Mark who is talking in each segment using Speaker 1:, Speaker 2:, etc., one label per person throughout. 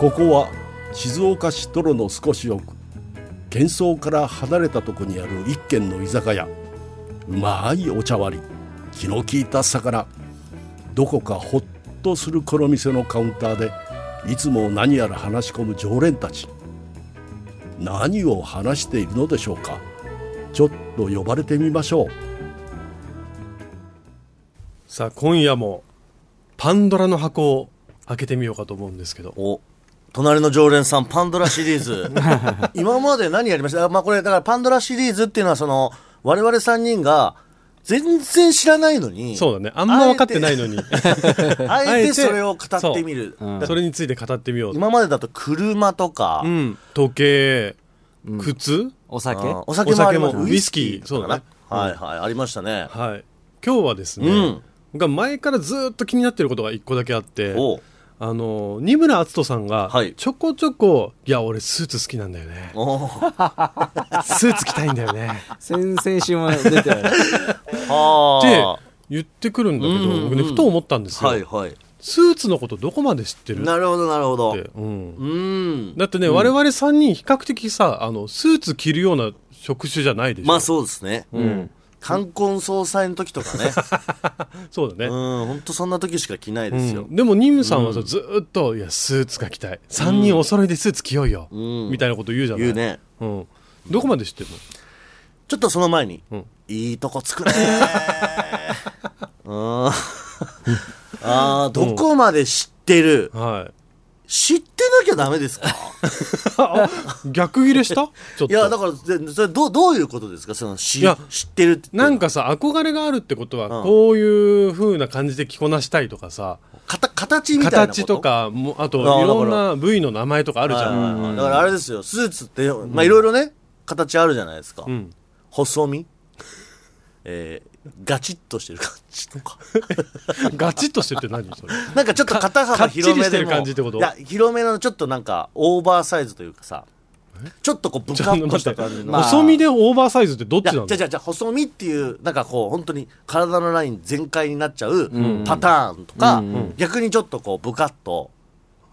Speaker 1: ここは静岡市泥の少し奥喧騒から離れたとこにある一軒の居酒屋うまいお茶割り気の利いた魚どこかほっとするこの店のカウンターでいつも何やら話し込む常連たち何を話しているのでしょうかちょっと呼ばれてみましょう
Speaker 2: さあ今夜もパンドラの箱を開けてみようかと思うんですけど
Speaker 3: お隣の常連さん、パンドラシリーズ。 今まで何やりましたあまあこれ、だからパンドラシリーズっていうのは、その、我々3人が、全然知らないのに、
Speaker 2: そうだねあんま分かってないのに
Speaker 3: あ
Speaker 2: あ
Speaker 3: え
Speaker 2: え
Speaker 3: て
Speaker 2: て
Speaker 3: それを語ってみる。
Speaker 2: そうそれについて語ってみようと、
Speaker 3: 今までだと車とか、
Speaker 2: うん、時計靴、
Speaker 4: お酒
Speaker 3: あ
Speaker 4: は
Speaker 3: お酒もありま
Speaker 2: お
Speaker 3: す
Speaker 2: 酒もウイスキー
Speaker 3: とか
Speaker 2: そうだね
Speaker 3: はいはい、ありましたね。
Speaker 2: はい今日はですね、
Speaker 3: うん
Speaker 2: 僕は前からずっと気になってることが一個だけあって
Speaker 3: おう
Speaker 2: あの二村篤人さんが
Speaker 3: はい
Speaker 2: ちょこちょこ、い、や俺スーツ好きなんだよね
Speaker 3: おう
Speaker 2: スーツ着たいんだよね
Speaker 4: 先々週も出て
Speaker 2: って
Speaker 3: は
Speaker 2: 言ってくるんだけど、
Speaker 3: うんうんうん
Speaker 2: 僕ねふと思ったんです
Speaker 3: あ。
Speaker 2: よ、
Speaker 3: はいはい。
Speaker 2: スーツのことどこまで知ってるっ
Speaker 3: なるほどなるほど。
Speaker 2: て、うん、
Speaker 3: うん。
Speaker 2: だってね、我々3人比較的さあのスーツ着るような職種じゃないでしょ、
Speaker 3: まあそうですね。
Speaker 4: うん
Speaker 3: 冠婚葬祭の時とかね。
Speaker 2: そうだね、
Speaker 3: うん、ほんとそんな時しか着ないですよ
Speaker 2: う。んでもニムさんはさ、ずーっと「いやスーツが着たい3人お揃いでスーツ着ようよ」
Speaker 3: うん
Speaker 2: みたいなこと言うじゃない
Speaker 3: 言うね。
Speaker 2: うん、どこまで知ってるの
Speaker 3: ちょっとその前に
Speaker 2: うん、
Speaker 3: いいとこつ くねーうん。あーどこまで知ってる
Speaker 2: はい
Speaker 3: 知ってなきゃダメですか
Speaker 2: 逆切れしたちょっと
Speaker 3: いや、だから、でそれどう、どういうことですかその、し
Speaker 2: いや
Speaker 3: 知ってるっていうのは。
Speaker 2: なんかさ憧れがあるってことは、
Speaker 3: ん
Speaker 2: こういう風な感じで着こなしたいとかさ
Speaker 3: かた、形みたいなこと。
Speaker 2: 形とかもあとい
Speaker 3: あー
Speaker 2: ろんな部位の名前とかあるじゃん、
Speaker 3: だからあれですよ、スーツって、まあいろいろね、形あるじゃないですか。
Speaker 2: ん
Speaker 3: 細身、 えー、ガチッとしてる感じとか。
Speaker 2: ガチッとしてるって何 それ
Speaker 3: なんかちょっと肩
Speaker 2: か
Speaker 3: 幅
Speaker 2: っちり
Speaker 3: 広め
Speaker 2: して
Speaker 3: で
Speaker 2: る
Speaker 3: も。
Speaker 2: 感じってこと
Speaker 3: いや、広めのちょっとなんか、オーバーサイズというかさ、ちょっとこう、ブ
Speaker 2: ち
Speaker 3: カ
Speaker 2: ょっと
Speaker 3: ッと
Speaker 2: 待
Speaker 3: した
Speaker 2: って
Speaker 3: 感じの。
Speaker 4: まあ
Speaker 2: 細身でオーバーサイズってどっち
Speaker 3: いや、
Speaker 2: なの
Speaker 3: じゃあじゃあじゃあ細身っていう、なんかこう、本当に体のライン全開になっちゃうパターンとか、逆にちょっとこう、ブカッと、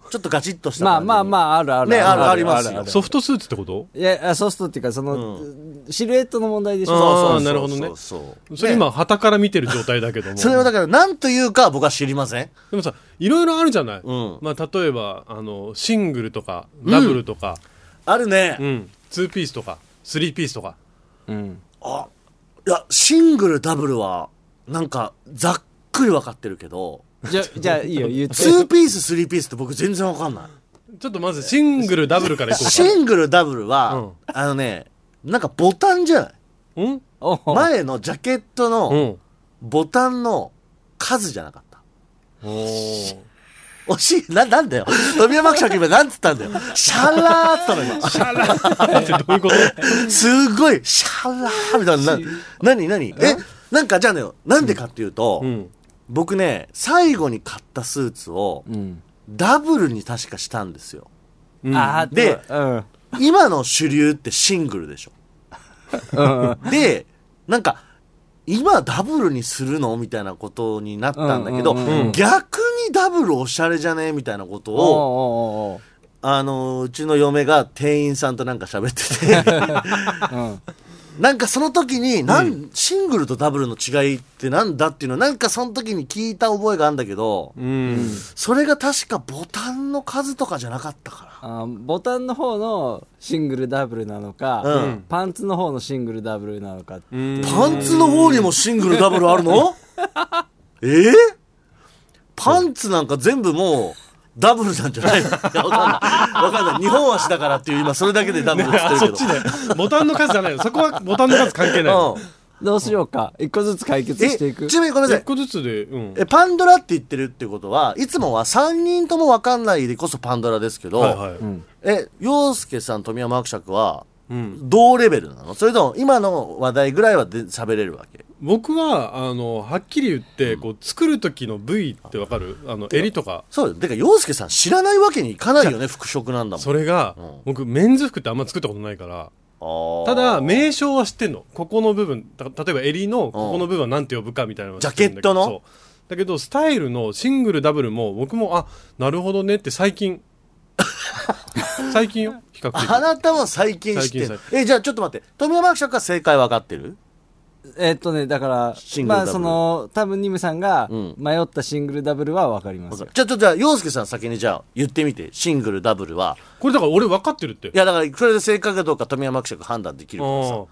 Speaker 3: ちょっとガチッとした
Speaker 4: まあ
Speaker 3: 感じ。
Speaker 4: まあまあ、あるある。
Speaker 3: ねあるありますよ
Speaker 2: ソフトスーツってこと
Speaker 4: いや、あそうするとっていうか、その、シルエットの問題でし
Speaker 2: あ
Speaker 4: ょ。
Speaker 2: ーなるほどね
Speaker 3: そうそう
Speaker 2: それ今旗から見てる状態だけども
Speaker 3: それはだから、なんというか僕は知りません。
Speaker 2: でもさいろいろあるじゃない、
Speaker 3: うん
Speaker 2: まあ、例えばあのシングルとかダブルとか、
Speaker 3: あるね。
Speaker 2: うんツーピースとかスリーピースとか
Speaker 4: うん。
Speaker 3: あ、いや、シングル、ダブルは、なんか、ざっくり分かってるけど、
Speaker 4: じゃ、じゃあいいよ、言って。
Speaker 3: ツーピース、スリーピースって僕全然分かんない。
Speaker 2: ちょっとまずシングルダブルからいこ
Speaker 3: シ
Speaker 2: う
Speaker 3: ングル、ダブルは、あのね、なんかボタンじゃない
Speaker 2: かん
Speaker 4: おう
Speaker 3: 前のジャケット
Speaker 2: う
Speaker 3: の
Speaker 2: ん
Speaker 3: ボタンの数じゃなかった。惜しい。な、なんだよ。富山記者今 なんつったんだよ。シャラーって言ったの今。
Speaker 2: シャラーってどういうこと
Speaker 3: すごい、シャラーみたいな。な、なになにえ、なんかじゃあね、なんでかっていうと、
Speaker 2: うん
Speaker 3: 僕ね、最後に買ったスーツを、
Speaker 4: うん。
Speaker 3: ダブルに確かしたんですよ。
Speaker 2: うん
Speaker 4: あー
Speaker 3: で
Speaker 4: うん。
Speaker 3: 今の主流ってシングルでしょ。で、なんか、今ダブルにするのみたいなことになったんだけど、
Speaker 4: うん
Speaker 2: うんうん
Speaker 3: 逆にダブルおしゃれじゃねみたいなこと
Speaker 4: おう
Speaker 3: を、
Speaker 4: おうおうおう
Speaker 3: あの、うちの嫁が店員さんとなんか喋ってて、
Speaker 4: うん。
Speaker 3: なんかその時に、なん、シングルとダブルの違いってなんだっていうのをなんかその時に聞いた覚えがあるんだけど、
Speaker 2: うん
Speaker 3: それが確かボタンの数とかじゃなかったか
Speaker 4: あーボタンの方のシングルダブルなのか、
Speaker 3: うん
Speaker 4: パンツの方のシングルダブルなのか、
Speaker 2: うん
Speaker 3: ら。パンツの方にもシングルダブルあ るのえーパンツなんか全部もう、ダブルなんじゃないのいやわかんない。わかんない。日本足だからっていう、今それだけでダブルって言
Speaker 2: あ
Speaker 3: って
Speaker 2: そ
Speaker 3: る
Speaker 2: っ
Speaker 3: け
Speaker 2: ち
Speaker 3: ど。
Speaker 2: ねボタンの数じゃないのそこはボタンの数関係ないの
Speaker 3: うん
Speaker 4: どうしようか一個ずつ解決していく
Speaker 3: え、ちなみにごめんなさ
Speaker 2: 一
Speaker 3: い。
Speaker 2: 個ずつでうん
Speaker 3: え、パンドラって言ってるってことは、いつもは3人ともわかんないでこそパンドラですけど、
Speaker 2: はいはい
Speaker 3: え、洋介さん、富山伯爵は、
Speaker 2: うん
Speaker 3: 同レベルなのそれとも、今の話題ぐらいはで喋れるわけ
Speaker 2: 僕はあのはっきり言ってこう作る時の部位ってわかるあの襟とか
Speaker 3: そうよ。てか、洋介さん知らないわけにいかないよね、服飾なんだもん。
Speaker 2: それが、
Speaker 3: うん
Speaker 2: 僕メンズ服ってあんま作ったことないから
Speaker 3: あー
Speaker 2: ただ、名称は知ってんのここの部分た例えば襟のここの部分は何て呼ぶかみたいなのは知ってるんだけど
Speaker 3: ジャケットの
Speaker 2: そうだけどスタイルのシングルダブルも僕もあなるほどねって最近最近よ比較
Speaker 3: あ
Speaker 2: 的
Speaker 3: なたは最近知って
Speaker 2: 最
Speaker 3: る
Speaker 2: 近。
Speaker 3: え、じゃあちょっと待って。富山伯爵は正解分かってる
Speaker 4: えっとね、だから
Speaker 3: シン、グルダ
Speaker 4: ま
Speaker 3: ブ
Speaker 4: あ
Speaker 3: ル
Speaker 4: その、多分ニムさんが
Speaker 3: うん
Speaker 4: 迷ったシングルダブルはわかります
Speaker 3: じゃ
Speaker 4: よ
Speaker 3: あ。ちょっとじゃあ、洋介さん先にじゃあ言ってみて。シングル、ダブルは。
Speaker 2: これだから俺分かってるって
Speaker 3: いや、だからそれで正解かどうか富山伯爵判断できるからさ。
Speaker 2: あー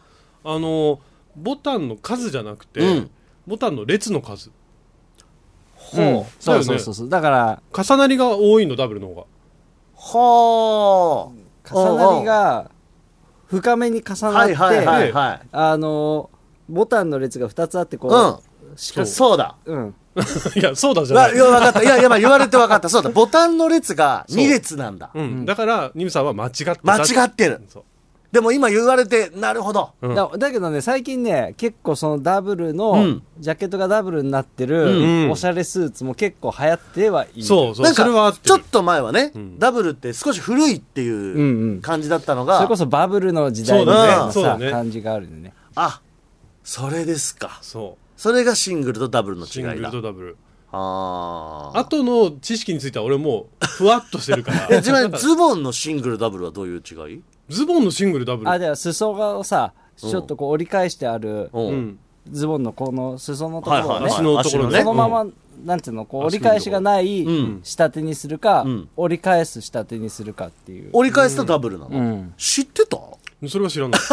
Speaker 2: あのボタンの数じゃなくて、
Speaker 3: うん
Speaker 2: ボタンの列の数
Speaker 4: うん
Speaker 2: だ
Speaker 4: そ
Speaker 2: よ
Speaker 4: う
Speaker 2: ね
Speaker 4: そうそうそう。だから、
Speaker 2: 重なりが多いのダブルの方が
Speaker 3: はあ。
Speaker 4: 重なりが深めに重
Speaker 3: うんうん、
Speaker 4: なっ
Speaker 3: はい
Speaker 4: て、
Speaker 3: はいはいは
Speaker 4: あのボタンの列が2つあってこう、し
Speaker 3: い。
Speaker 4: か
Speaker 3: そうだ。
Speaker 4: うん、
Speaker 2: いやそうだじゃな
Speaker 3: わ
Speaker 2: い
Speaker 3: いや、分かった。いや、いや、まあ言われて分かった。そうだ。ボタンの列が2列なんだ。
Speaker 2: うん、だからニムさんは間違ってた
Speaker 3: 間違ってる
Speaker 2: そう
Speaker 3: でも今言われて、なるほど。
Speaker 2: うん
Speaker 4: だだけどね最近ね結構そのダブルの、
Speaker 3: うん
Speaker 4: ジャケットがダブルになってる、
Speaker 2: うん
Speaker 4: おしゃれスーツも結構流行ってはいる
Speaker 2: そうそう
Speaker 3: なん
Speaker 2: それは合
Speaker 3: か
Speaker 2: ってる
Speaker 3: ちょっと前はね、
Speaker 2: ん
Speaker 3: ダブルって少し古いって
Speaker 4: うん
Speaker 3: いう
Speaker 4: うん
Speaker 3: 感じだったのが、
Speaker 4: それこそバブルの時代
Speaker 3: そ
Speaker 4: み
Speaker 3: う
Speaker 4: たい
Speaker 3: だ
Speaker 4: な
Speaker 3: ね
Speaker 2: そう
Speaker 4: さ、
Speaker 2: だね
Speaker 4: 感じがあるんでね
Speaker 3: あそれですか
Speaker 2: そ
Speaker 3: それがシングルとダブルの
Speaker 2: うシン
Speaker 3: 違い
Speaker 2: グル
Speaker 3: だ
Speaker 2: とダブル
Speaker 3: あー
Speaker 2: あとの知識については俺もうふわっとしてるか
Speaker 3: え
Speaker 2: ら
Speaker 3: ちなみにズボンのシングルダブルはどういう違い
Speaker 2: ズボンのシングルダブル
Speaker 4: あでは裾をさちょっとこう折り返してある
Speaker 3: う
Speaker 2: うんん、
Speaker 4: ズボンのこの裾のところをね、
Speaker 3: はいはいはい
Speaker 2: 足のところね
Speaker 4: そのまま、なんていうのこう折り返しがない
Speaker 3: ん
Speaker 4: 仕立てにするか、
Speaker 3: ん
Speaker 4: 折り返す仕立てにするかっていう、
Speaker 3: 折り返すとダブルなの、
Speaker 4: うん
Speaker 3: 知ってた
Speaker 2: それは知らない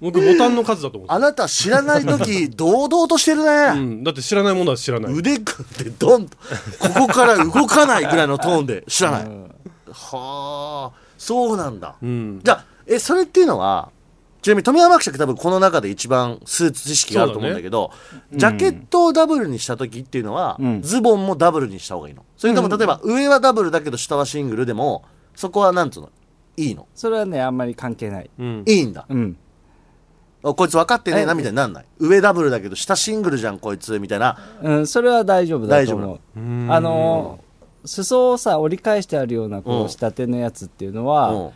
Speaker 2: 僕ボタンの数だと思って
Speaker 3: あなた知らない時堂々としてる
Speaker 2: た、う
Speaker 3: ね、
Speaker 2: ん、だって知らないものは知らない
Speaker 3: 腕組んでドンとここから動かないぐらいのトーンで知らない、はあそうなんだ、
Speaker 2: うん
Speaker 3: じゃあえそれっていうのはちなみに富山伯爵多分この中で一番スーツ知識があると思うんだけどジャケットをダブルにした時っていうのは、
Speaker 4: うん
Speaker 3: ズボンもダブルにした方がいいのそれとも例えば上はダブルだけど下はシングルでもそこはなんつうのいいの
Speaker 4: それはねあんまり関係ない
Speaker 2: うん、
Speaker 3: いいんだ
Speaker 4: うん
Speaker 3: あこいつ分かってねえな
Speaker 4: え
Speaker 3: みたいになんない上ダブルだけど下シングルじゃんこいつみたいな
Speaker 4: うん、それは大丈夫だと思う
Speaker 2: うん
Speaker 4: あの裾をさ折り返してあるようなこ
Speaker 3: うん
Speaker 4: う仕立てのやつっていうの
Speaker 3: う
Speaker 4: は
Speaker 3: ん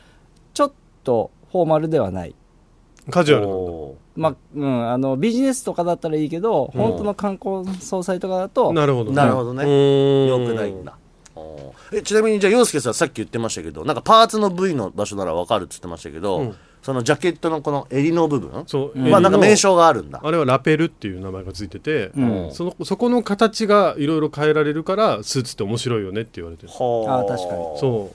Speaker 4: ちょっとフォーマルではない
Speaker 2: カジュアルなんだ
Speaker 3: お
Speaker 4: まあ、うん、あのビジネスとかだったらいいけど本当の観光総裁とかだと
Speaker 2: なるほど
Speaker 3: ーなるほどね、
Speaker 2: よ
Speaker 3: よくないんだ。おーえちなみにじゃあ洋介さんさっき言ってましたけどなんかパーツの部位の場所ならわかるって言ってましたけど、
Speaker 2: うん
Speaker 3: そのジャケットのこの襟の部分
Speaker 2: そう、
Speaker 3: まあなんか名
Speaker 2: 襟の
Speaker 3: 称があるんだ
Speaker 2: あれはラペルっていう名前がついてて、
Speaker 4: うん
Speaker 2: そのそこの形がいろいろ変えられるからスーツって面白いよねって言われてる
Speaker 3: は
Speaker 4: あー確かに
Speaker 2: そ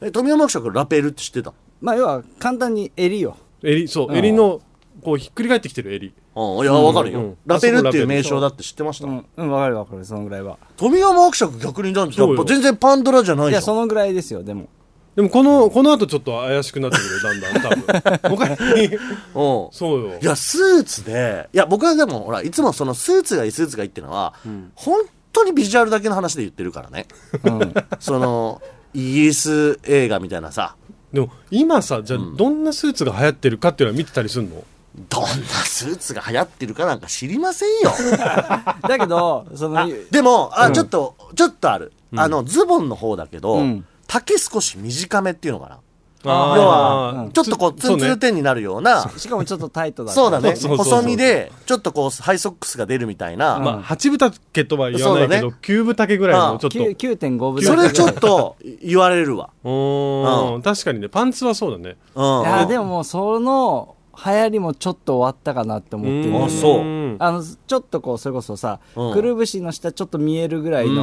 Speaker 3: え富山伯爵ラペルって知ってた
Speaker 4: まあ要は簡単に襟よ
Speaker 2: う襟そう、
Speaker 4: うん
Speaker 2: 襟のこうひっくり返ってきてる襟
Speaker 3: うんいやわかるよ、
Speaker 2: うん
Speaker 3: ラペルっていう名称だって知ってました、
Speaker 4: うん、うん、わかるわかるそのぐらいは
Speaker 3: 富山伯爵逆になんてや
Speaker 2: そう
Speaker 3: っ
Speaker 2: よ
Speaker 3: ぱ全然パンドラじゃない
Speaker 4: い
Speaker 3: じゃ
Speaker 4: や
Speaker 3: ん
Speaker 4: そのぐらいですよでも
Speaker 2: でもこのこの後ちょっと怪しくなってくるだんだん多分他 に
Speaker 3: うん
Speaker 2: そうよ
Speaker 3: いやスーツでいや僕はでもほらいつもそのスーツがいいスーツがいいってのは、本当にビジュアルだけの話で言ってるからね
Speaker 4: うん
Speaker 3: そのイギリス映画みたいなさ
Speaker 2: でも今さじゃあどんなスーツが流行ってるかっていうのは見てたりすんの、
Speaker 3: どんなスーツが流行ってるかなんか知りませんよ
Speaker 4: だけど、その、
Speaker 3: でもあ、ちょっとちょっとある、あのズボンの方だけど、
Speaker 4: うん
Speaker 3: 丈少し短めっていうのかな
Speaker 2: あー
Speaker 3: 要は
Speaker 2: つ
Speaker 3: ちょっとこうツ
Speaker 2: そ
Speaker 3: ンツル
Speaker 2: ね
Speaker 3: テンになるような
Speaker 4: しかもちょっとタイトだ
Speaker 3: そうだね
Speaker 2: そうそうそうそう
Speaker 3: 細身でちょっとこうハイソックスが出るみたいな、
Speaker 2: まあ八分丈とは言わないけ
Speaker 3: そ
Speaker 2: ど、
Speaker 3: うだ
Speaker 2: 九分丈ぐらいのちょっと
Speaker 4: 9 9.5分
Speaker 3: それちょっ
Speaker 4: と。
Speaker 3: と言われるわ、
Speaker 2: うーん確かにねパンツはそうだね
Speaker 3: うん、
Speaker 4: いや、でももうその流行りもちょっと終わったかなって思って
Speaker 2: うん
Speaker 4: る。
Speaker 3: あそう
Speaker 4: あの、ちょっとこう、それこそさ、
Speaker 3: うん
Speaker 4: くるぶしの下ちょっと見えるぐらい
Speaker 3: うんう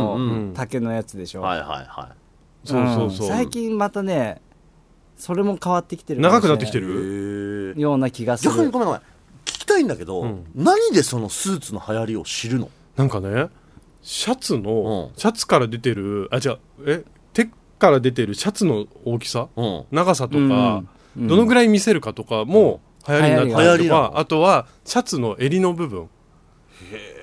Speaker 4: の竹のやつでしょ。
Speaker 3: はいはいは
Speaker 2: そうそうそう、
Speaker 4: ん最近またね、それも変わってきてるかもしれ
Speaker 2: 長
Speaker 4: い。
Speaker 2: くなってきて
Speaker 3: い
Speaker 2: る
Speaker 3: へえ
Speaker 4: ような気がする。
Speaker 3: 逆にごめんごめん聞きたいんだけど、
Speaker 2: うん
Speaker 3: 何でそのスーツの流行りを知るの
Speaker 2: なんかねシャツの、
Speaker 3: うん
Speaker 2: シャツから出てるあ違うえ手から出てるシャツの大きさ
Speaker 3: うん
Speaker 2: 長さと
Speaker 4: うん
Speaker 2: か、
Speaker 4: うん
Speaker 2: どのぐらい見せるかとかも流行りになったりと
Speaker 3: 流行りな
Speaker 2: かあとはシャツの襟の部分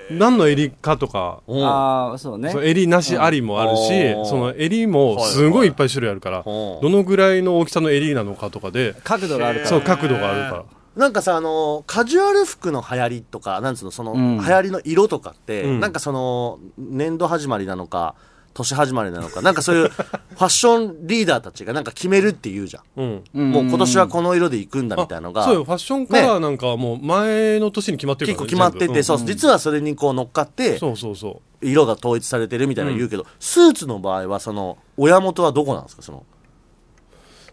Speaker 2: 何の襟かとか
Speaker 3: うん
Speaker 4: ああ、そうね
Speaker 2: そ。の襟なしありもあるし、
Speaker 3: うん
Speaker 2: その襟もすごいいっぱい種類あるから、
Speaker 3: はいはい
Speaker 2: どのぐらいの大きさの襟なのかとかで、
Speaker 4: 角度があるから。
Speaker 2: そう角度があるから
Speaker 3: なんかさあのカジュアル服の流行りとかなんつうのその、
Speaker 4: ん
Speaker 3: 流行りの色とかって、
Speaker 2: うん
Speaker 3: なんかその年度始まりなのか年始まりなのかなんかそう いうファッションリーダーたちがなんか決めるっていうじゃん、
Speaker 2: うん
Speaker 4: ん
Speaker 3: もう今年はこの色で行くんだみたいなのが
Speaker 2: そうよファッションカラーなんかはもう前の年に決まってる
Speaker 3: 結
Speaker 2: か
Speaker 3: 構
Speaker 2: ら、ね、
Speaker 3: 決まって
Speaker 2: 全
Speaker 3: て、
Speaker 2: 部うん
Speaker 3: そう実はそれにこう乗っかって
Speaker 2: そうそうそう
Speaker 3: 色が統一されてるみたいなの言うけど、スーツの場合はその親元はどこなんですかその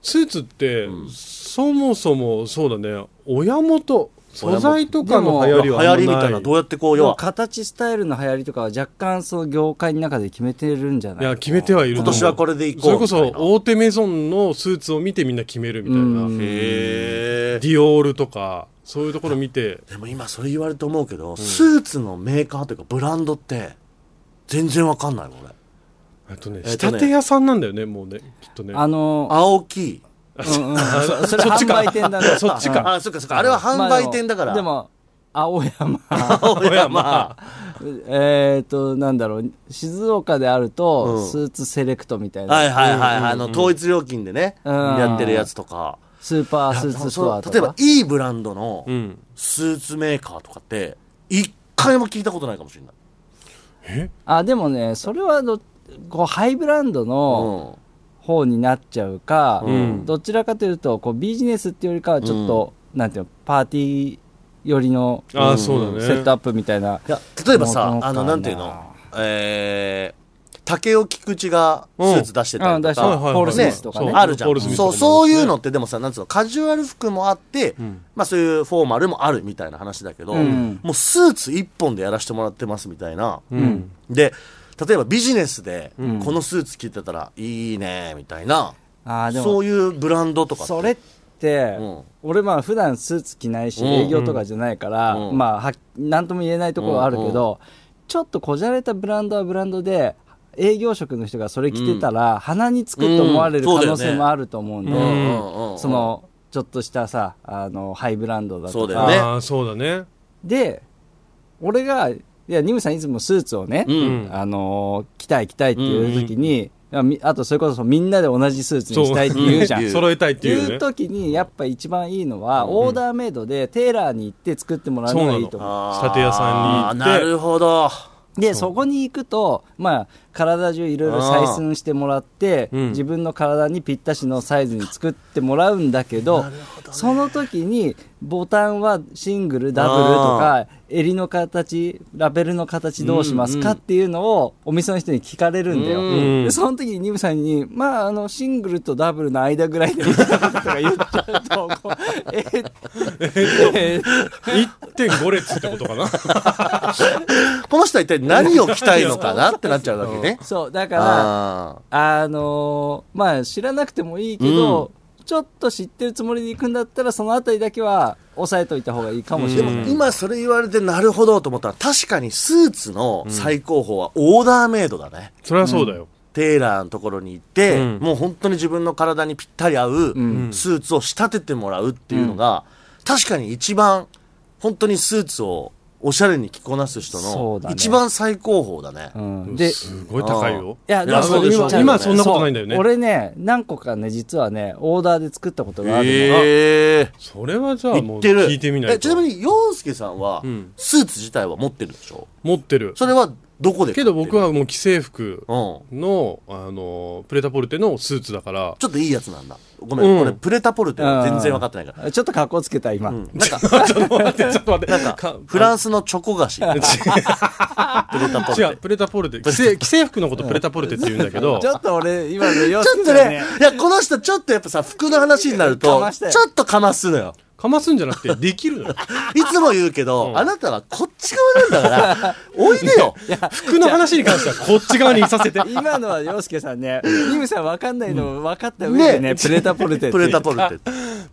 Speaker 2: スーツって、そもそもそうだね親元素材とかの流行り
Speaker 3: 流
Speaker 2: はあんま
Speaker 3: 行りみたいなどうやってこう
Speaker 4: で
Speaker 3: 要
Speaker 4: も
Speaker 3: は
Speaker 4: 形スタイルの流行りとかは若干その業界の中で決めてるんじゃない
Speaker 2: いや決めてはいると
Speaker 3: 今
Speaker 2: 思う
Speaker 3: 年はこれでいこう
Speaker 2: それこそ
Speaker 3: みたいな
Speaker 2: 大手メゾンのスーツを見てみんな決めるみたいな、
Speaker 4: うん
Speaker 2: デ
Speaker 3: へえ
Speaker 2: ィオールとかそういうところ見て
Speaker 3: でも今それ言われると思うけど、スーツのメーカーというかブランドって全然わかんないもん俺
Speaker 2: えっとね
Speaker 3: え
Speaker 2: 仕
Speaker 3: っとね
Speaker 2: 立て屋さんなんだよねもうねきっとね
Speaker 4: あの
Speaker 3: 青木
Speaker 4: うんうんそそれ
Speaker 2: そっち
Speaker 4: 販
Speaker 2: か
Speaker 4: 売店だね
Speaker 2: そっちか
Speaker 4: うんま
Speaker 3: あそっかそっかあれは販売店だから、
Speaker 4: あ でも青山
Speaker 3: 青山
Speaker 4: えっとなんだろう静岡であると、
Speaker 3: うん
Speaker 4: スーツセレクトみたいな、
Speaker 3: はいはいはい、あの統一料金でね、
Speaker 4: うん
Speaker 3: やってるやつとか
Speaker 4: スーパースー
Speaker 3: そ
Speaker 4: ツ
Speaker 3: う
Speaker 4: ストアと
Speaker 3: 例えば
Speaker 4: か
Speaker 3: いいブランドの
Speaker 2: うん
Speaker 3: スーツメーカーとかって一回も聞いたことないかもしれない、
Speaker 4: あでもねそれはどこうハイブランドの
Speaker 3: うん
Speaker 4: 方になっちゃうか、
Speaker 2: うん
Speaker 4: どちらかというとこうビジネスっていうよりかはちょっと、なんていうのパーティー寄りのセ
Speaker 2: ああそうだね
Speaker 4: ットアップみたいな、
Speaker 3: いや例えばさ
Speaker 4: 元かな
Speaker 3: あのなんていうのえー、竹尾菊池がスーツ出してた
Speaker 4: う
Speaker 3: り
Speaker 4: ん
Speaker 3: と
Speaker 4: 出して
Speaker 3: か、
Speaker 4: る
Speaker 2: はいはいはい
Speaker 4: ポール・スミスとかね
Speaker 2: そう
Speaker 3: あるじゃ
Speaker 2: ポ
Speaker 3: ん
Speaker 2: ールスミスとかも
Speaker 3: そう
Speaker 2: あるし
Speaker 3: そういうのってでもさなんつうのカジュアル服もあって、
Speaker 2: ん
Speaker 3: まあ、そういうフォーマルもあるみたいな話だけど、
Speaker 4: うん
Speaker 3: もうスーツ一本でやらせてもらってますみたいな、
Speaker 2: うん
Speaker 3: で例えばビジネスでこのスーツ着てたらいいねみたいな、
Speaker 4: ああでも
Speaker 3: そういうブランドとかって
Speaker 4: それって、
Speaker 3: うん
Speaker 4: 俺まあ普段スーツ着ないし
Speaker 3: うん
Speaker 4: 営業とかじゃないから、
Speaker 3: うん
Speaker 4: まあは何とも言えないところはあるけど、ちょっとこじゃれたブランドはブランドで営業職の人がそれ着てたら、鼻につくと思われる
Speaker 3: うんそう
Speaker 4: 可能
Speaker 3: だよ
Speaker 4: 性
Speaker 3: ね
Speaker 4: もあると思うんで、
Speaker 2: うん
Speaker 3: うんうん
Speaker 4: そのちょっとしたさあのハイブランドだ
Speaker 3: そう
Speaker 4: と
Speaker 3: だ
Speaker 4: か
Speaker 3: よね
Speaker 2: ああそうだね
Speaker 4: で俺がいやニムさんいつもスーツをね、
Speaker 3: うん
Speaker 4: あのー着たい着たいっていう時に、あみあとそれこそみんなで同じスーツにしたいって言うじゃん
Speaker 3: うん
Speaker 2: 揃えたいってい
Speaker 4: いうう
Speaker 2: ね
Speaker 4: 時にやっぱ一番いいのは、オーダーメイドでテーラーに行って作ってもらうのがいいと思う
Speaker 3: あー
Speaker 2: 仕立て屋さんに行って
Speaker 3: なるほど
Speaker 4: でそこに行くと、まあ、体中いろいろ採寸してもらって、
Speaker 2: うん
Speaker 4: 自分の体にぴったしのサイズに作ってもらうんだけどその時にボタンはシングルダブルとか襟の形ラベルの形どうしますかっていうのをお店の人に聞かれるんだよ、
Speaker 2: ん
Speaker 4: でその時にニムさんに、まあ、あのシングルとダブルの間ぐらいでみたいなこととか言っちゃうとこうえーえー
Speaker 2: 1.5列ってことかな
Speaker 3: この人は一体何を着たいのかなってなっちゃうわけね
Speaker 4: そうだから
Speaker 3: あ
Speaker 4: あのーまあ知らなくてもいいけど、ちょっと知ってるつもりで行くんだったらそのあたりだけは押さえといた方がいいかもし
Speaker 3: ーで
Speaker 4: れない、
Speaker 3: も今それ言われてなるほどと思ったら確かにスーツの最高峰はオーダーメイドだね、
Speaker 2: それはそうだよ
Speaker 3: テーラーのところに行って、
Speaker 2: うん
Speaker 3: もう本当に自分の体にぴったり合ううんスーツを仕立ててもらうっていうのが、確かに一番本当にスーツをおしゃれに着こなす人
Speaker 4: そ
Speaker 3: の
Speaker 4: うだね
Speaker 3: 一番最高峰だね。
Speaker 4: うん、でい
Speaker 2: すごい高いよ
Speaker 4: や
Speaker 3: い
Speaker 4: で
Speaker 3: や
Speaker 4: も
Speaker 3: そうでしょ
Speaker 2: 今今はそんなことないんだよね
Speaker 4: そう俺ね何個かね実はねオーダーで作ったことがあるの、
Speaker 3: へえ
Speaker 2: それはじゃあも
Speaker 3: 言
Speaker 2: う
Speaker 3: ってる
Speaker 2: 聞いてみない
Speaker 3: え
Speaker 2: と
Speaker 3: ちなみに洋介さんは、
Speaker 2: ん
Speaker 3: スーツ自体は持ってるでしょ
Speaker 2: 持ってる
Speaker 3: それはどこで買
Speaker 2: け
Speaker 3: って
Speaker 2: ど
Speaker 3: る
Speaker 2: 僕はもう既製服
Speaker 3: うん
Speaker 2: の、あの、プレタポルテのスーツだから、
Speaker 3: ちょっといいやつなんだごめん、
Speaker 2: うん
Speaker 3: これプレタポルテは全然分かってないから、
Speaker 4: ちょっと格好つけた今、
Speaker 3: うん、なんか
Speaker 2: ちょっと待って、ちょっと待って。なんか
Speaker 3: フランスのチョコ菓子プレ
Speaker 2: 違
Speaker 3: タポルテ
Speaker 2: う、プレタポルテ。既 製既製服のことプレタポルテって言うんだけど
Speaker 4: ち、ょっと俺今の様
Speaker 3: ちょ
Speaker 4: 子
Speaker 3: っとね、いや、この人ちょっとやっぱさ、服の話になる
Speaker 4: か
Speaker 3: と、
Speaker 4: ま
Speaker 3: ち
Speaker 4: した
Speaker 3: ょ
Speaker 4: よ
Speaker 3: っとかますのよ。
Speaker 2: かますんじゃなくて、できるのよ。
Speaker 3: いつも言うけど、あなたはこっち側なん だから、おいでよ。
Speaker 2: 服の話に関しては、こっち側にいさ せて。
Speaker 4: 今のは洋介さんねニムさん分かんないの分かった上でね
Speaker 3: ね
Speaker 4: プレタポルテって
Speaker 3: プレタポルテ。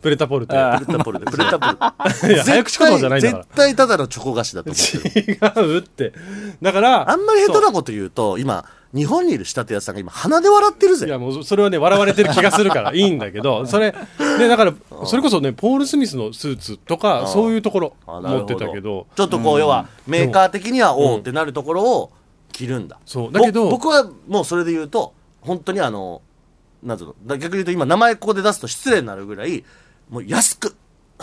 Speaker 2: プレタポルテ。
Speaker 4: あ
Speaker 3: プレタポルテ。プレタポル
Speaker 2: い
Speaker 3: テ。
Speaker 2: や早口言葉じゃないんだから
Speaker 3: 絶対絶対ただのチョコ菓子だと思ってる。
Speaker 2: 違うって。だから、
Speaker 3: あんまり下手なこと言うと、今、日本にいる仕立て屋さんが今、鼻で笑ってる
Speaker 2: そうい
Speaker 3: ぜ。
Speaker 2: や、もう、それはね、笑われてる気がするから、いいんだけど、それ、ね、だから、それこそね、ポール・スミスのスーツとか、そういうところ、
Speaker 3: あなる
Speaker 2: 持
Speaker 3: ほ
Speaker 2: ってたけど、
Speaker 3: ちょっとこう、要は、メーカー的には、おうってなるところを着るんだ。
Speaker 2: そうだけど
Speaker 3: ぼ僕はもうそれで言うと、本当にあの、なんつうの、だ逆に言うと今、名前ここで出すと失礼になるぐらい、もう安く。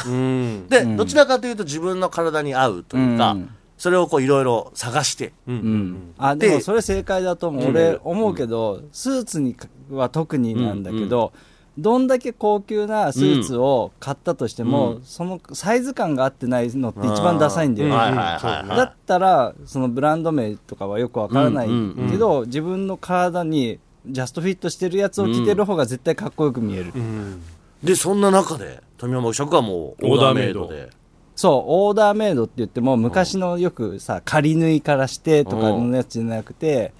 Speaker 2: うん。
Speaker 3: で、どちらかというと自分の体に合うというか、
Speaker 4: うん
Speaker 3: それをこういろいろ探して、
Speaker 4: うん、あ
Speaker 3: で
Speaker 4: でもそれ正解だと思う、俺思うけど、スーツにかは特になんだけど、どんだけ高級なスーツを買ったとしても、
Speaker 3: うん
Speaker 4: そのサイズ感が合ってないのって一番ダサいんだよ、
Speaker 2: うん
Speaker 3: はいはいはいはい
Speaker 4: だったらそのブランド名とかはよくわからない
Speaker 3: うんうんうん
Speaker 4: けど、自分の体にジャストフィットしてるやつを着てる方が絶対かっこよく見える、
Speaker 2: うん
Speaker 3: でそんな中で富山伯爵はもうオ
Speaker 2: オー
Speaker 3: ーダ
Speaker 2: ダ
Speaker 3: ー
Speaker 2: ー
Speaker 3: メ
Speaker 2: メ
Speaker 3: イ
Speaker 2: イ
Speaker 3: ド
Speaker 2: ド
Speaker 3: で
Speaker 4: そうオーダーメイドって言っても昔のよくさ仮縫いからしてとかのやつじゃなくて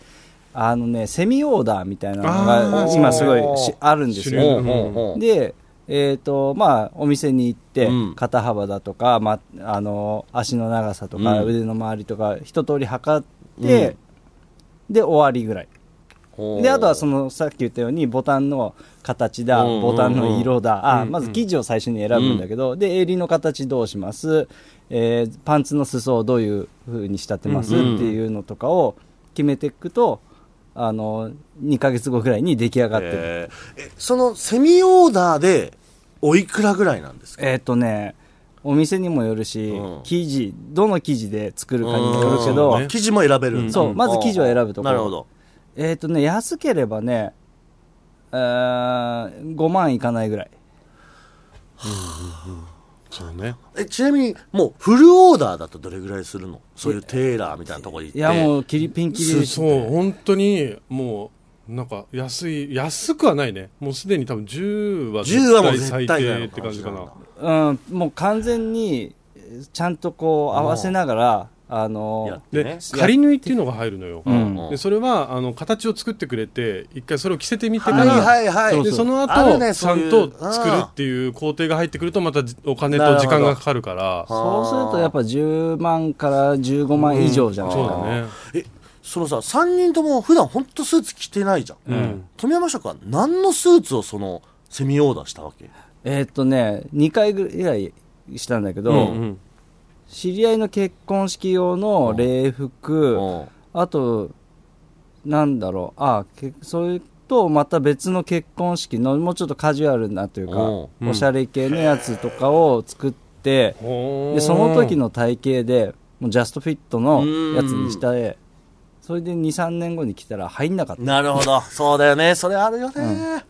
Speaker 4: あのねセミオーダーみたいなの
Speaker 2: あ
Speaker 4: が
Speaker 2: ー
Speaker 4: 今すごいしあるんで
Speaker 2: 主
Speaker 4: す
Speaker 2: 流
Speaker 4: よ
Speaker 2: のうん
Speaker 3: で
Speaker 4: で、えーとまあ、お店に行って、
Speaker 3: うん
Speaker 4: 肩幅だとか、ま、あの足の長さとか、
Speaker 3: うん
Speaker 4: 腕の周りとか一通り測って、で終わりぐらいであとはそ
Speaker 3: の
Speaker 4: のさっき言ったようにボタンの形だ、
Speaker 3: うんうんうん
Speaker 4: ボタンの色だ、あ
Speaker 2: うんうん
Speaker 4: まず生地を最初に選ぶんだけど、で襟の形どうします、えーパンツの裾をどういうふうに仕立てます、
Speaker 3: うんうん
Speaker 4: っていうのとかを決めていくとあの2ヶ月後ぐらいに出来上がってる。
Speaker 3: えーえそのセミオーダーでおいくらぐらいなんですか
Speaker 4: えーっ、とね、お店にもよるし、
Speaker 3: うん
Speaker 4: 生地、どの生地で作るかにもよるけ
Speaker 2: うん
Speaker 4: ど、
Speaker 2: そうね
Speaker 3: 生地も選べるんだ
Speaker 4: そうまず生地を選ぶとこ
Speaker 3: な
Speaker 4: ろ
Speaker 3: るほど
Speaker 4: えーっ、とね、安ければね、えー5万いかないぐらい。
Speaker 2: そうね
Speaker 3: えちなみにもうフルオーダーだとどれぐらいするのそういうテーラーみたいなところに行って
Speaker 4: いや、も
Speaker 3: う
Speaker 4: う、キリピンキリ
Speaker 2: そ
Speaker 4: で
Speaker 2: う
Speaker 4: す
Speaker 2: そう本当にもうなんか安い安くはないねもうすでに多分10は
Speaker 3: 10はもう
Speaker 2: 最
Speaker 3: 絶対ぐら
Speaker 2: 低
Speaker 3: い
Speaker 2: っ
Speaker 3: の
Speaker 2: て感じかな
Speaker 4: うん、もう完全に、ちゃんとこう、合わせながら、あ
Speaker 3: や
Speaker 4: の
Speaker 3: っ、て
Speaker 2: で、
Speaker 3: ね
Speaker 2: 仮縫いっていうのが入るのよ、
Speaker 4: うん
Speaker 2: でそれはあの形を作ってくれて一回それを着せてみてから、
Speaker 3: はいはいはい
Speaker 2: でその
Speaker 3: ある
Speaker 2: 後、
Speaker 3: ね
Speaker 2: ち
Speaker 3: そ
Speaker 2: ゃ
Speaker 3: ういうん
Speaker 2: と作るっていう工程が入ってくるとまたじお金と時間がかかるから
Speaker 3: ど
Speaker 4: そうするとやっぱ10万から15万以上じゃない
Speaker 2: そ
Speaker 4: か
Speaker 2: う
Speaker 4: な。
Speaker 2: だね
Speaker 3: えそのさ3人とも普段本当スーツ着てないじゃん、
Speaker 2: うん
Speaker 3: 富山社は何のスーツをそのセミオーダーしたわけ
Speaker 4: えーっ、とね、2回ぐらいしたんだけど、
Speaker 2: うんうん
Speaker 4: 知り合いの結婚式用の礼服、
Speaker 3: うん
Speaker 4: あと、なんだろう、あけそれとまた別の結婚式の、もうちょっとカジュアルなというか、
Speaker 3: お
Speaker 4: お
Speaker 2: ううん
Speaker 4: しゃれ系のやつとかを作って、
Speaker 2: ほー
Speaker 4: でその時の体型で、もうジャストフィットのやつにしたで、それで2、3年後に来たら入んなかった。
Speaker 3: なるほどそうだよねそれあるよね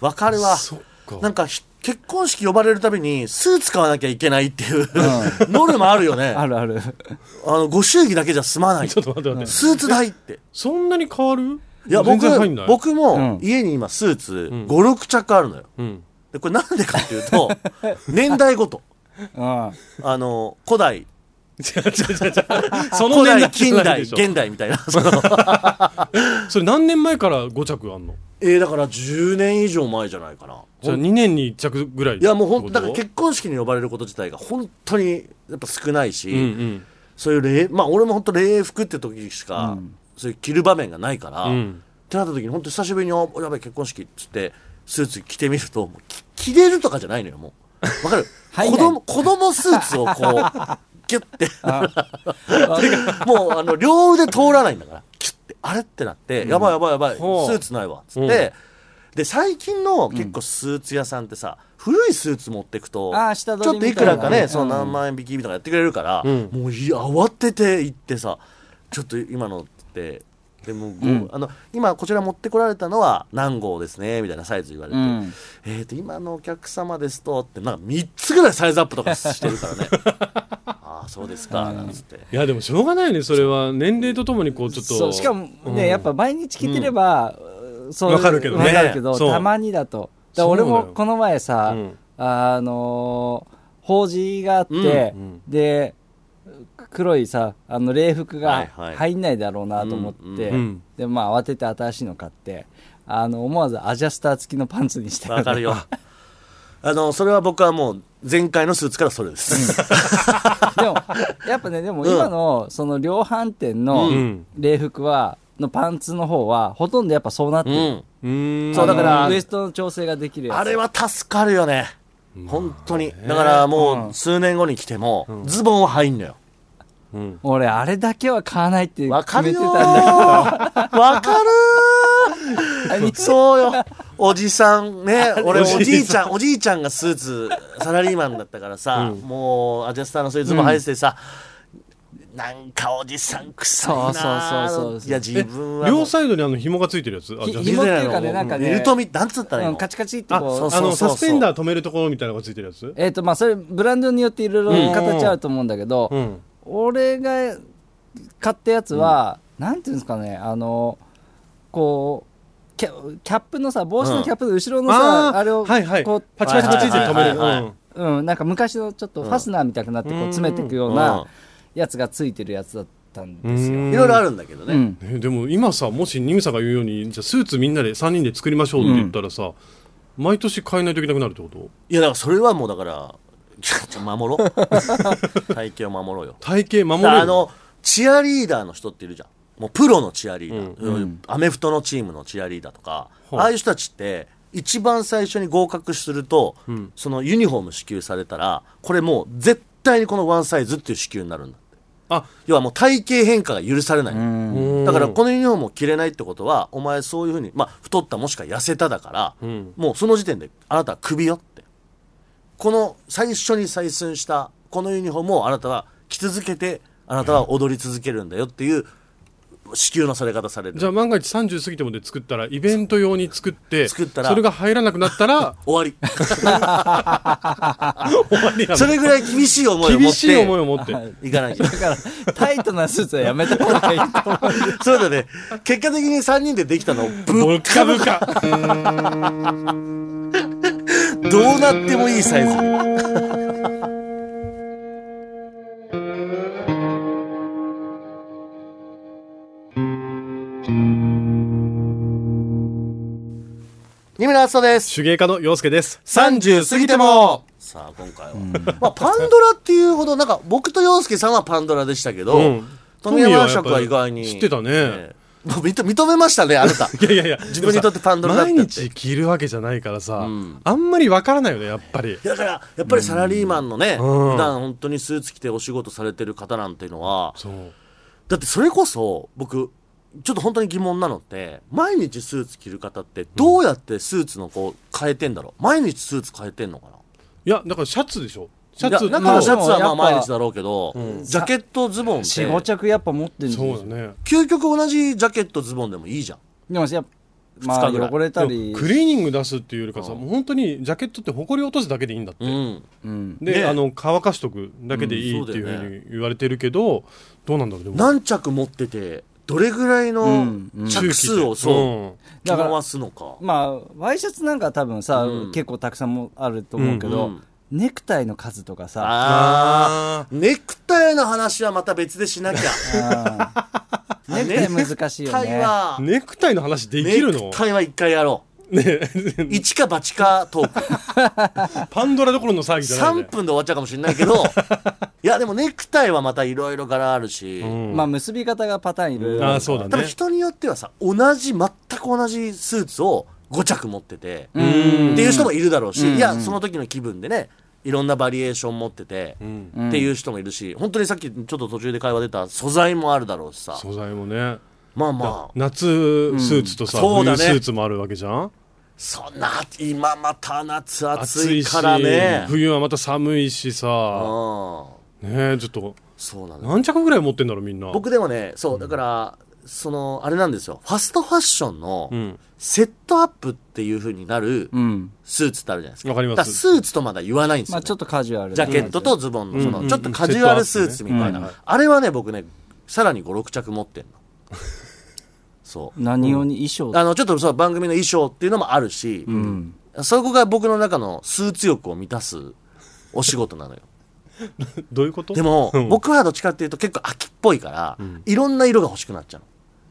Speaker 3: わ、かるわ
Speaker 2: そっか
Speaker 3: なんかひ結婚式呼ばれるたびにスーツ買わなきゃいけないっていう、 ノルマあるよね
Speaker 4: あ
Speaker 3: あ
Speaker 4: るある。
Speaker 3: のご祝儀だけじゃ済まない
Speaker 2: ちょっと待って待って、
Speaker 3: スーツ代って
Speaker 2: そんなに変わる
Speaker 3: い
Speaker 2: 全
Speaker 3: や僕
Speaker 2: 然入んない、
Speaker 3: 僕も
Speaker 4: うん
Speaker 3: 家に今スーツ
Speaker 2: ん
Speaker 3: 56着あるのよ
Speaker 2: うん、
Speaker 3: でこれなんでかっていう と年代ごと
Speaker 4: うん
Speaker 3: あの古代
Speaker 2: 違う違う違う違うその
Speaker 3: 古
Speaker 2: 年代
Speaker 3: 代
Speaker 2: じ
Speaker 3: 近
Speaker 2: ゃない
Speaker 3: 代
Speaker 2: でしょ
Speaker 3: 現代みた いなその
Speaker 2: それ何年前から5着あんの
Speaker 3: えーだから10年以上前じゃないかな
Speaker 2: じゃあ2年に1着ぐらい
Speaker 3: いやもうほんだから
Speaker 2: ってこ
Speaker 3: 結婚式に呼ばれること自体が本当にやっぱ少ないし、
Speaker 2: とうん
Speaker 3: そういう礼まあ俺も本当礼服って時しか、
Speaker 4: うん
Speaker 3: そういう着る場面がないから、
Speaker 2: うんう
Speaker 3: っ
Speaker 2: ん
Speaker 3: てなった時に本当久しぶりに「あやばい結婚式」っつってスーツ着てみるともうき着れるとかじゃないのよもうわかる
Speaker 4: 入ん
Speaker 3: 子
Speaker 4: ない
Speaker 3: 供子供スーツをこ うギュッて
Speaker 4: あ
Speaker 3: もうあの両腕通らないんだからキュッてあれってなって、やばいやばいやばいス
Speaker 2: ほう
Speaker 3: ーツないわっつって、
Speaker 2: うん
Speaker 3: で最近の結構スーツ屋さんってさ、古いスーツ持ってくと
Speaker 4: あー下
Speaker 3: ち
Speaker 4: 取
Speaker 3: ょ
Speaker 4: り
Speaker 3: っ
Speaker 4: み
Speaker 3: と
Speaker 4: たい
Speaker 3: い
Speaker 4: な
Speaker 3: くらかね、
Speaker 4: うん
Speaker 3: その何万円引きとかやってくれるから、
Speaker 2: うん
Speaker 3: もういや慌てて行ってさちょっと今のってでもうご
Speaker 4: うん
Speaker 3: あの今こちら持ってこられたのは何号ですねみたいなサイズ言われて、
Speaker 4: うん
Speaker 3: えー、と今のお客様ですとってなんか3つぐらいサイズアップとかしてる からねああそうですかなんつって。
Speaker 2: いやでもしょうがないよねそれは年齢とともにこうちょっと
Speaker 4: そうしかもね、
Speaker 2: うん
Speaker 4: やっぱ毎日着てれば、そう
Speaker 2: わかるけどね
Speaker 4: わかるけど
Speaker 2: そう
Speaker 4: たまにだとだから
Speaker 2: そうだ
Speaker 4: 俺
Speaker 2: よ
Speaker 4: もこの前さ、
Speaker 2: うん
Speaker 4: あのー法事があって、
Speaker 2: うん
Speaker 4: で黒いさあの礼服
Speaker 3: は
Speaker 4: が
Speaker 3: いはい
Speaker 4: 入んないだろうなと思って、
Speaker 3: うん
Speaker 2: うん
Speaker 4: でまあ慌てて新しいの買ってあの思わずアジャスター付きのパンツにしたよね
Speaker 3: わかるよ。あの、それは僕はもう、前回のスーツからそれです。
Speaker 4: でも、やっぱね、でも今の、その量販店の
Speaker 2: うん
Speaker 4: 礼服は、のパンツの方は、ほとんどやっぱそうなって
Speaker 3: う
Speaker 4: る。
Speaker 3: ん。
Speaker 2: うーん
Speaker 3: そうだから
Speaker 4: あのウエストの調整ができるやつ。
Speaker 3: あれは助かるよね。本当に。だからもう、数年後に来ても、ズボンは入んのよ。
Speaker 2: うん
Speaker 4: 俺、あれだけは買わないって
Speaker 3: わ
Speaker 4: 決
Speaker 3: か
Speaker 4: め
Speaker 3: る
Speaker 4: て
Speaker 3: よ
Speaker 4: たん
Speaker 3: ー
Speaker 4: だ
Speaker 3: わかるーそうよ。おじさんね、俺お
Speaker 2: おじいさん
Speaker 3: じいちゃん、おじいちゃんがスーツ、サラリーマンだったからさ、もうアジャスターのそういうズボン履いててさ、なんかおじさんくさいな
Speaker 4: そうそうそうそう
Speaker 3: いや自分はもう
Speaker 2: 両サイドにあの紐がついてるやつあ
Speaker 4: ひ
Speaker 2: じゃあ
Speaker 4: 紐っていうかねなんかね
Speaker 3: ゆとみなんつったらいい
Speaker 4: うん
Speaker 3: の
Speaker 4: カチカチって
Speaker 2: あ
Speaker 4: こう
Speaker 3: そう
Speaker 2: あの
Speaker 3: そう
Speaker 2: サスペンダー止めるところみたいなのがついてるやつ
Speaker 4: えっとまあそれブランドによっていろいろ形あると思うんだけど、
Speaker 2: うん
Speaker 4: 俺が買ったやつは、なんていうんですかねあのこうキャキャップのさ帽子のキャップの後ろのさ、
Speaker 2: あー
Speaker 4: あれをこう、
Speaker 2: はいはいパチパチパチって止める
Speaker 3: はいはいはい
Speaker 2: うん
Speaker 4: うん、なんか昔のちょっとファスナーみたいになってこう詰めていくようなやつがついてるやつだったんですよ。
Speaker 3: いろいろあるんだけど
Speaker 4: う
Speaker 3: ね
Speaker 4: ん
Speaker 2: ね、でも今さもしニムさんが言うようにじゃあスーツみんなで3人で作りましょうって言ったらさ、毎年変えないといけなくなるってこと
Speaker 3: いやだからそれはもうだから ちょっと守ろ う体型を守ろうよ
Speaker 2: 体型守
Speaker 3: だか
Speaker 2: れ
Speaker 3: ら
Speaker 2: る
Speaker 3: あのチアリーダーの人っているじゃんもうプロのチアリーダー、
Speaker 4: ん
Speaker 3: うんアメフトのチームのチアリーダーとか、
Speaker 2: ほう
Speaker 3: ああいう人たちって一番最初に合格すると、
Speaker 2: ん
Speaker 3: そのユニフォーム支給されたらこれもう絶対にこのワンサイズっていう支給になるんだって
Speaker 2: あ
Speaker 3: 要はもう体型変化が許されない、
Speaker 2: うん
Speaker 3: だからこのユニフォームを着れないってことはお前そういうふうに、まあ、太ったもしくは痩せただから、
Speaker 2: ん
Speaker 3: もうその時点であなたはクビよってこの最初に採寸したこのユニフォームをあなたは着続けてあなたは踊り続けるんだよっていう支給のされ方される
Speaker 2: じゃあ万が一30過ぎてもで作ったらイベント用に作って
Speaker 3: 作ったら
Speaker 2: それが入らなくなった ら
Speaker 3: 終わり
Speaker 2: 終わりな
Speaker 3: そ
Speaker 2: の
Speaker 3: れぐらい厳しい思いを持
Speaker 2: 厳
Speaker 3: っ
Speaker 2: しい思い
Speaker 3: て
Speaker 2: を持って
Speaker 3: いかないと
Speaker 4: だからタイトなスーツはやめた方がいいと思う。
Speaker 3: そうだね結果的に3人でできたのぶ
Speaker 2: ぶっかぶ か
Speaker 3: どうなってもいいサ イズで二村敦人です
Speaker 2: 手芸家の陽介です
Speaker 3: 30過ぎてもさあ今回は、まあ、パンドラっていうほどなんか僕と陽介さんはパンドラでしたけど、
Speaker 2: うん
Speaker 3: 富山社は意外に
Speaker 2: 知ってたね
Speaker 3: ええもう認認めましたねあ なた
Speaker 2: いやいやいや
Speaker 3: 自分にとってパンドラだったって
Speaker 2: 毎日着るわけじゃないからさ、
Speaker 3: ん
Speaker 2: あんまりわからないよねやっぱり
Speaker 3: だからやっぱりサラリーマンのね、
Speaker 2: うん
Speaker 3: 普段本当にスーツ着てお仕事されてる方なんていうのは
Speaker 2: そう
Speaker 3: だってそれこそ僕ちょっと本当に疑問なのって毎日スーツ着る方ってどうやってスーツのこう変えてんだろう毎日スーツ変えてんのかない
Speaker 2: やだからシャツでしょシャ
Speaker 3: いや
Speaker 2: ツ
Speaker 3: だから
Speaker 4: でも
Speaker 3: シャツはまあ
Speaker 4: やっぱ
Speaker 3: 毎日だろうけど、
Speaker 2: ん
Speaker 3: ジャケットズボンって
Speaker 4: 四五着やっぱ持ってるんです
Speaker 2: そう
Speaker 4: よ
Speaker 2: だ。ね
Speaker 3: 究極同じジャケットズボンでもいいじゃん
Speaker 4: でもやっぱまあ
Speaker 3: 二日ぐらい
Speaker 4: 汚れたり
Speaker 2: でも、クリーニング出すっていうよりかさ、もう本当にジャケットって埃落とすだけでいいんだって、
Speaker 3: うん
Speaker 4: うん、
Speaker 2: で、
Speaker 3: ね
Speaker 2: あの乾かしとくだけでいい
Speaker 3: うん
Speaker 2: っていう
Speaker 3: そうだよね
Speaker 2: ふうに言われてるけど、どうなんだろうでも
Speaker 3: 何着持っててどれぐらいの
Speaker 4: うんうん
Speaker 3: 着数をそう
Speaker 2: うん
Speaker 3: 着回すのか
Speaker 4: まあワイシャツなんかは多分さ、
Speaker 3: うん
Speaker 4: 結構たくさんもあると思うけど、
Speaker 3: うん
Speaker 4: ネクタイの数とかさ
Speaker 3: ああネクタイの話はまた別でしなきゃ
Speaker 4: うんネクタイ難しいよ
Speaker 3: ネクタイ
Speaker 4: ね。
Speaker 3: は
Speaker 2: ネクタイの話できるの
Speaker 3: ネクタイは一回やろう。一か八かトーク。
Speaker 2: パンドラどころの騒ぎじゃない
Speaker 3: 3
Speaker 2: ね
Speaker 3: 分で終わっちゃうかもしれない けど、いや、でもネクタイはまたいろいろ柄あるし、
Speaker 2: うん
Speaker 4: まあ結び方がパターンいろいろ
Speaker 2: あー
Speaker 4: る
Speaker 2: そうだ
Speaker 3: 多分
Speaker 2: ね
Speaker 3: 人によってはさ、同じ、全く同じスーツを5着持ってて、
Speaker 4: う
Speaker 2: うん
Speaker 4: ん
Speaker 3: っていう人もいるだろうし、
Speaker 4: うん
Speaker 3: いや、その時の気分でね、いろんなバリエーション持ってて、
Speaker 2: うん
Speaker 4: うん
Speaker 3: っていう人もいるし、本当にさっきちょっと途中で会話出た素材もあるだろうしさ、
Speaker 2: 素材もね
Speaker 3: まあまあ、
Speaker 2: 夏スーツとさ、
Speaker 3: うんそうだ
Speaker 2: 冬
Speaker 3: ね
Speaker 2: スーツもあるわけじゃん
Speaker 3: そんな、今また夏暑
Speaker 2: 暑い
Speaker 3: い
Speaker 2: し
Speaker 3: からね。
Speaker 2: 冬はまた寒いしさ
Speaker 3: ああ
Speaker 2: ねえちょっと
Speaker 3: そうなのよ
Speaker 2: 何着ぐらい持ってんだろうみんな
Speaker 3: 僕でもねそうだから、そのあれなんですよファストファッションの
Speaker 2: うん
Speaker 3: セットアップっていう風になる
Speaker 4: うん。
Speaker 3: スーツってあるじゃないですか
Speaker 2: わかります
Speaker 3: だらスーツとまだ言わないんです
Speaker 4: ま
Speaker 3: よ、
Speaker 4: あ
Speaker 3: ね
Speaker 4: ちょっとカジュアルな
Speaker 3: ジャケットとズボンのその、ちょっとカジュアルスーツみたいな、
Speaker 4: うんうん
Speaker 3: あれはね僕ねさらに56着持ってんの そう
Speaker 4: 何用に衣装
Speaker 3: あのちょっとその番組の衣装っていうのもあるし、
Speaker 4: ん
Speaker 3: そこが僕の中のスーツ欲を満たすお仕事な のよ
Speaker 2: どういうこと
Speaker 3: でも、僕はどっちかっていうと結構秋っぽいから、いろんな色が欲しくなっちゃう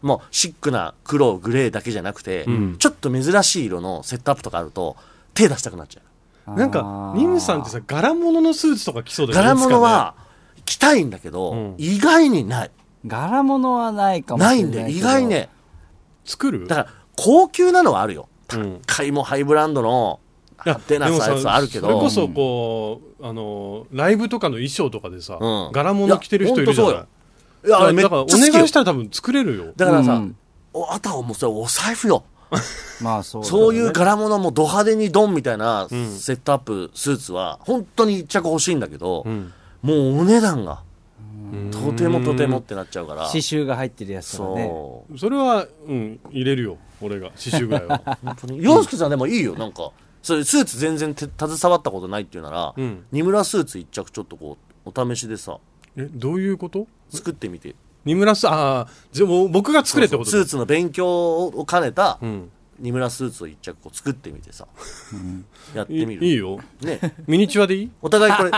Speaker 3: の。もうシックな黒、グレーだけじゃなくて、
Speaker 2: ん
Speaker 3: ちょっと珍しい色のセットアップとかあると、手出したくなっちゃう。
Speaker 2: なんかニムさんってさ柄物のスーツとか着そうだよね
Speaker 3: 柄
Speaker 2: いつか
Speaker 3: 物
Speaker 2: ね
Speaker 3: は着たいんだけど、
Speaker 2: ん
Speaker 3: 意外にない。
Speaker 4: 柄物はないかもし
Speaker 3: な
Speaker 4: れない
Speaker 3: い
Speaker 4: け
Speaker 3: ん
Speaker 4: ど。
Speaker 3: で、意外に。ね。
Speaker 2: 作る
Speaker 3: だから、高級なのはあるよ。
Speaker 2: うん
Speaker 3: 高いもハイブランドの
Speaker 2: いや
Speaker 3: 派手な
Speaker 2: でもさ
Speaker 3: サイズはあるけど。
Speaker 2: それこそこう、あのライブとかの衣装とかでさ、
Speaker 3: うん
Speaker 2: 柄物着てる人いるじゃない
Speaker 3: いやいや、あれめっ
Speaker 2: だ
Speaker 3: ちゃ
Speaker 2: からお
Speaker 3: 好きよ
Speaker 2: 願いしたら多分作れるよ
Speaker 3: だからさ、
Speaker 4: うん
Speaker 3: おあたおもそれお財布よ。
Speaker 4: まあそうだね。
Speaker 3: そういう柄物もド派手にドンみたいなセットアップスーツは本当に一着欲しいんだけど、
Speaker 2: ん
Speaker 3: もうお値段がとてもとてもってなっちゃうから
Speaker 4: 刺繍が入ってるやつとかね
Speaker 3: そう
Speaker 2: それは、うん、入れるよ俺が刺繍ぐらいは
Speaker 3: 本当に洋介さんでもいいよなんかそれスーツ全然手携わったことないっていうなら、
Speaker 2: うん
Speaker 3: 二村スーツ一着ちょっとこうお試しでさ
Speaker 2: えどういうこと
Speaker 3: 作ってみて
Speaker 2: 二村さんああじゃあもう僕が作れってこと
Speaker 3: スー
Speaker 2: ツ
Speaker 3: ツの勉強を兼ねた
Speaker 2: うん
Speaker 3: 二村スーツを一着こう作ってみてさ、やって
Speaker 2: い
Speaker 3: みる
Speaker 2: いいよ
Speaker 3: ね
Speaker 2: ミニチュアでいい
Speaker 3: お互 いこれ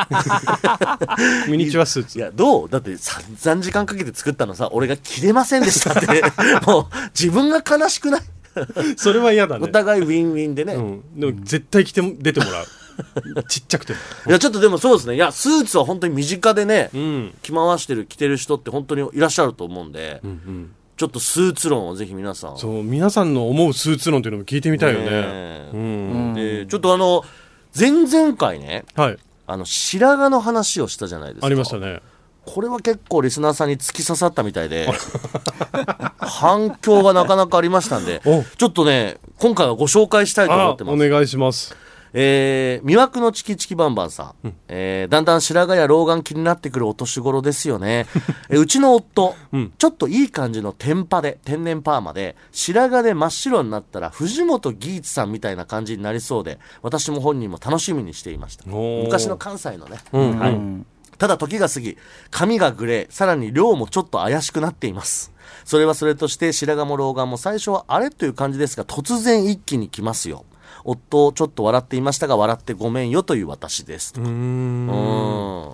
Speaker 2: ミニチュアスー
Speaker 3: い
Speaker 2: ツ
Speaker 3: やどうだって散々時間かけて作ったのさ俺が着れませんでしたって もう自分が悲しくない
Speaker 2: それは嫌だね
Speaker 3: お互いウィンウィンでね、
Speaker 2: うん、でも絶対着ても出てもら うちっちゃくても
Speaker 3: いやちょっとでもそうですねいやスーツは本当に身近でね、
Speaker 2: うん
Speaker 3: 着回してる着てる人って本当にいらっしゃると思うんで、ちょっとスーツ論をぜひ皆さん
Speaker 2: そう皆さんの思うスーツ論っていうのも聞いてみたいよね
Speaker 3: ね
Speaker 2: う
Speaker 3: え
Speaker 2: ん、
Speaker 3: でちょっとあの前々回ね
Speaker 2: はい
Speaker 3: あの白髪の話をしたじゃないですか
Speaker 2: ありましたね
Speaker 3: これは結構リスナーさんに突き刺さったみたいで 反響がなかなかありましたんで
Speaker 2: お
Speaker 3: ちょっとね今回はご紹介したいと思
Speaker 2: あ
Speaker 3: ってま
Speaker 2: お
Speaker 3: す
Speaker 2: 願いします
Speaker 3: えー魅惑のチキチキバンバンさん、えーだんだん白髪や老眼気になってくるお年頃です よねえうちの夫、ちょっといい感じの天パで天然パーマで白髪で真っ白になったら藤本義一さんみたいな感じになりそうで私も本人も楽しみにしていました
Speaker 2: おー
Speaker 3: 昔の関西のね、
Speaker 2: うん
Speaker 3: はい
Speaker 4: うん
Speaker 3: ただ時が過ぎ、髪がグレー、さらに量もちょっと怪しくなっています。それはそれとして白髪も老眼も最初はあれという感じですが、突然一気に来ますよ。夫をちょっと笑っていましたが、笑ってごめんよという私です。
Speaker 2: うーん
Speaker 3: う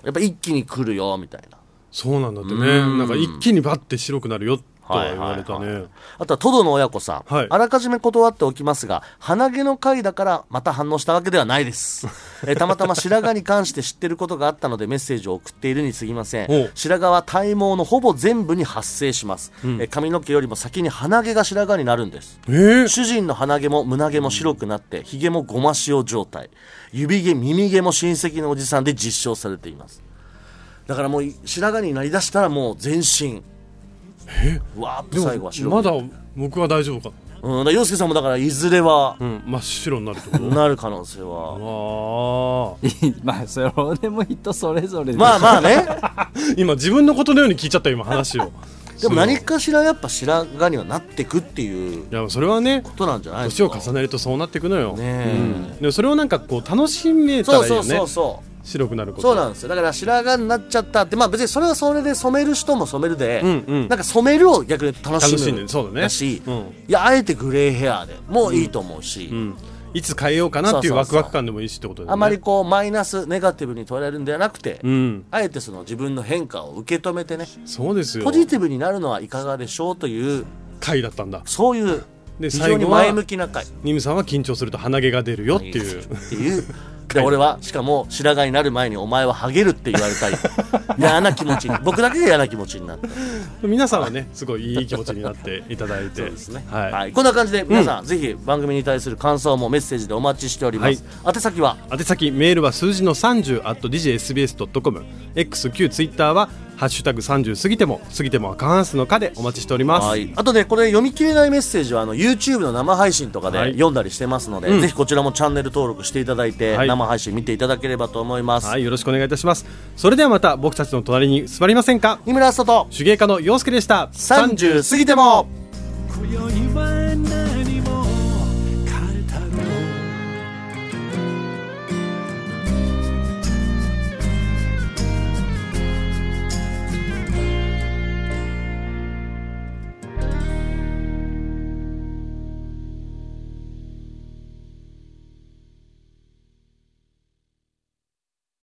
Speaker 3: ん。やっぱ一気に来るよ、みたいな。
Speaker 2: そうなんだってね
Speaker 3: うん
Speaker 2: なんか一気にバッて白くなるよとは言われたね、
Speaker 3: はいはいはいあとは、トドの親子さん、
Speaker 2: はい
Speaker 3: あらかじめ断っておきますが、鼻毛の回だからまた反応したわけではないです。 えたまたま白髪に関して知ってることがあったのでメッセージを送っているにすぎませ。
Speaker 2: おうん
Speaker 3: 白髪は体毛のほぼ全部に発生します、え髪の毛よりも先に鼻毛が白髪になるんです。
Speaker 2: えー、
Speaker 3: 主人の鼻毛も胸毛も白くなって、髭もごま塩状態。指毛、耳毛も親戚のおじさんで実証されています。だからもう白髪になりだしたらもう全身。わーっと最後は
Speaker 2: で
Speaker 3: 白
Speaker 2: もま
Speaker 3: く
Speaker 2: だ僕は大丈夫か、
Speaker 3: うん、だから洋介さんもだからいずれは
Speaker 2: うん、真っ白になる ってこと
Speaker 3: なる可能性は。
Speaker 2: ああ
Speaker 4: まあそれも人それぞれで
Speaker 3: まあまあ ね、
Speaker 2: 今自分のことのように聞いちゃった今話を
Speaker 3: で
Speaker 2: そ
Speaker 3: も
Speaker 2: う
Speaker 3: 何かしらやっぱ白髪にはなってくっていう
Speaker 2: いやそれはね
Speaker 3: ことなんじゃないです
Speaker 2: 年
Speaker 3: か。
Speaker 2: を重ねるとそうなっていくのよ、
Speaker 3: ねえ
Speaker 2: うんでもそれをなんかこう楽しめた
Speaker 3: そ
Speaker 2: ら
Speaker 3: う
Speaker 2: いいよ
Speaker 3: そ
Speaker 2: ね
Speaker 3: うそうそう。
Speaker 2: 白くなること
Speaker 3: そうなんですよだから白髪になっちゃったってまあ別にそれはそれで染める人も染めるで、
Speaker 2: うんうん
Speaker 3: なんか染めるを逆に楽
Speaker 2: 楽し
Speaker 3: し
Speaker 2: んで
Speaker 3: む
Speaker 2: るそうだね
Speaker 3: だし、
Speaker 2: うん
Speaker 3: いやあえてグレーヘアでもういいと思うし、
Speaker 2: うん、いつ変えようかなっていう
Speaker 3: そう
Speaker 2: ワ
Speaker 3: そう
Speaker 2: ク
Speaker 3: そう
Speaker 2: ワク感でもいいしってことだよね
Speaker 3: あまりこうマイナスネガティブに捉えるんではなくて、
Speaker 2: うん
Speaker 3: あえてその自分の変化を受け止めてね
Speaker 2: そうですよ
Speaker 3: ポジティブになるのはいかがでしょうという
Speaker 2: 回だったんだ
Speaker 3: そういう
Speaker 2: で
Speaker 3: 非常
Speaker 2: 最
Speaker 3: に
Speaker 2: 後は
Speaker 3: 前向きな回っ
Speaker 2: ニムさんは緊張すると鼻毛が出るよっていう
Speaker 3: ていう。で俺はしかも白髪になる前にお前はハゲるって言わ れたい嫌な気持ちに僕だけが嫌な気持ちになって
Speaker 2: 皆さんはねすごいいい気持ちになっていただいて
Speaker 3: そうですね
Speaker 2: はい、
Speaker 3: はい、こんな感じで皆さん、ぜひ番組に対する感想もメッセージでお待ちしております、宛先は
Speaker 2: 宛先メールは数字の30 at djsbs.com xq ツイッターはハッシュタグ30過ぎても過ぎても過半数の課でお待ちしております、
Speaker 3: はい、あとねこれ読み切れないメッセージはあの YouTube の生配信とかで
Speaker 2: はい
Speaker 3: 読んだりしてますので、ぜひこちらもチャンネル登録していただいて、
Speaker 2: はい
Speaker 3: 生配信見ていただければと思います、
Speaker 2: はい、よろしくお願いいたしますそれではまた僕たちの隣に座りませんか
Speaker 3: 三村あさと
Speaker 2: 手芸家の洋介でした
Speaker 3: 30過ぎても
Speaker 5: 今宵